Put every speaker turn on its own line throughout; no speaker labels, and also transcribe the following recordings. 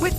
With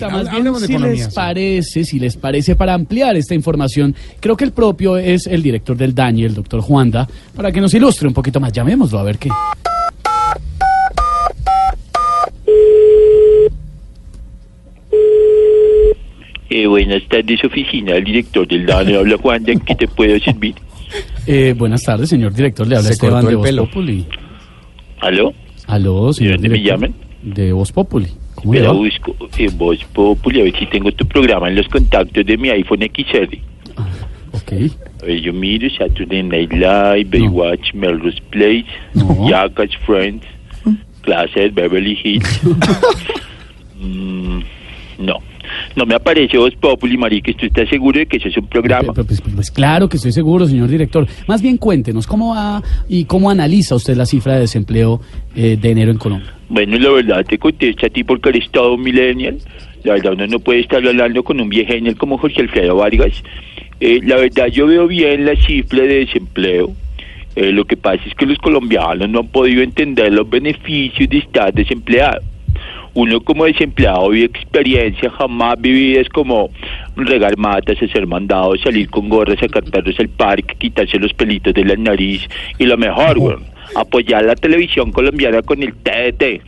Más bien,
Hablemos de
si les
economía, sí.
parece, si les parece, para ampliar esta información, creo que el propio es el director del DANI, el doctor Juanda, para que nos ilustre un poquito más. Llamémoslo a ver qué.
Eh, buenas tardes, oficina. El director del DANE habla Juan, ¿de qué te puedo servir?
Eh, buenas tardes, señor director. Le habla
Se
Esteban
cortó
de
el
Voz
pelo.
Populi.
¿Aló?
Aló, señor
dónde me
director.
llaman?
De Voz Populi. ¿Cómo le
Pero
va?
busco en Voz eh, Populi a ver si tengo tu programa en los contactos de mi iPhone XR.
Ok.
A ver, yo miro Saturday Night Live, Baywatch, Melrose Place,
No.
Jackass Friends, Classes, Beverly Hills. Mm, no, no me aparece Voz Populi, marica. ¿Tú estás seguro de que eso es un programa?
Pe- pe- Pues, pues claro que estoy seguro, señor director. Más bien cuéntenos cómo va y cómo analiza usted la cifra de desempleo eh, de enero en Colombia.
Bueno, la verdad te contesto a ti porque eres todo un millennial. La verdad, uno no puede estar hablando con un viejo genial como Jorge Alfredo Vargas. Eh, la verdad, yo veo bien la cifra de desempleo. Eh, lo que pasa es que los colombianos no han podido entender los beneficios de estar desempleado. Uno como desempleado vive experiencias jamás vividas como regar matas, hacer mandados, salir con gorras, sacar perros al parque, quitarse los pelitos de la nariz y lo mejor, weón, apoyar la televisión colombiana con el TDT.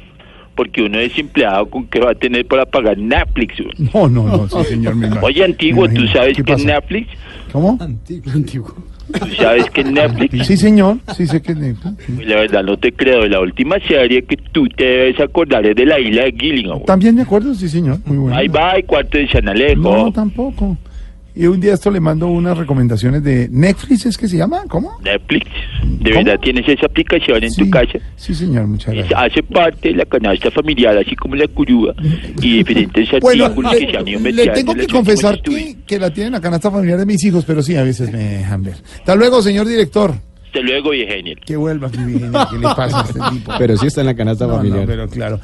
Porque uno desempleado con qué va a tener para pagar Netflix. weón?
No, no, no, sí, señor. me imagino.
Oye, antiguo,
Me
¿tú
imagino.
sabes
¿Qué
que es
pasa?
Netflix?
¿Cómo?
¿Tú sabes que es Netflix?
Sí, señor. Sí, sé que. eh, sí.
La verdad no te creo. La última serie que tú te debes acordar es de la isla de Gillingham. weón.
También me acuerdo, sí, señor. Muy bueno.
Bye bye, cuarto de San Alejo.
No, no, tampoco. Y un día esto le mando unas recomendaciones de Netflix, ¿es que se llama? ¿Cómo?
Netflix. ¿De
¿Cómo?
verdad tienes esa aplicación en
Sí,
tu ah, casa?
Sí, señor, muchas
Es-
gracias.
hace parte de la canasta familiar, así como la curúa y diferentes artículos que se han ido
le,
metiendo
tengo
en
que
los
confesar
últimos
que, que la tienen la canasta familiar de mis hijos, pero sí, a veces me dejan ver. Hasta luego, señor director.
estudios. Hasta luego, Eugenio.
Que vuelva, mi Virginia, ¿qué le pasa a este tipo?
Pero sí está en la canasta
No, no,
familiar.
pero claro.